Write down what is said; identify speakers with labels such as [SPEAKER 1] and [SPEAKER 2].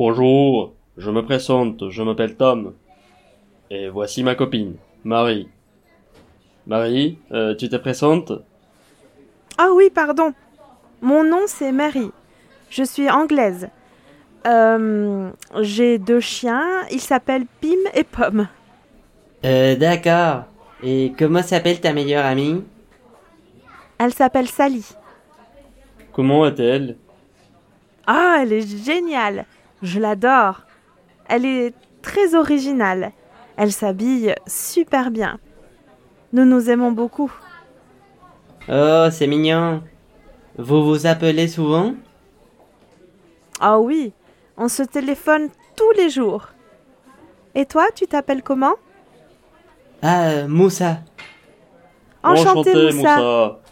[SPEAKER 1] Bonjour, je me présente, je m'appelle Tom. Et voici ma copine, Marie. Marie, euh, tu te présentes
[SPEAKER 2] Ah oui, pardon. Mon nom, c'est Marie. Je suis anglaise. Euh, J'ai deux chiens. Ils s'appellent Pim et Pomme.
[SPEAKER 3] Euh, d'accord. Et comment s'appelle ta meilleure amie
[SPEAKER 2] Elle s'appelle Sally.
[SPEAKER 1] Comment est-elle
[SPEAKER 2] Ah, elle est géniale. Je l'adore. Elle est très originale. Elle s'habille super bien. Nous nous aimons beaucoup.
[SPEAKER 3] Oh, c'est mignon. Vous vous appelez souvent
[SPEAKER 2] Ah oui, on se téléphone tous les jours. Et toi, tu t'appelles comment
[SPEAKER 3] Ah, euh, Moussa.
[SPEAKER 2] Enchanté, Moussa.
[SPEAKER 1] Moussa.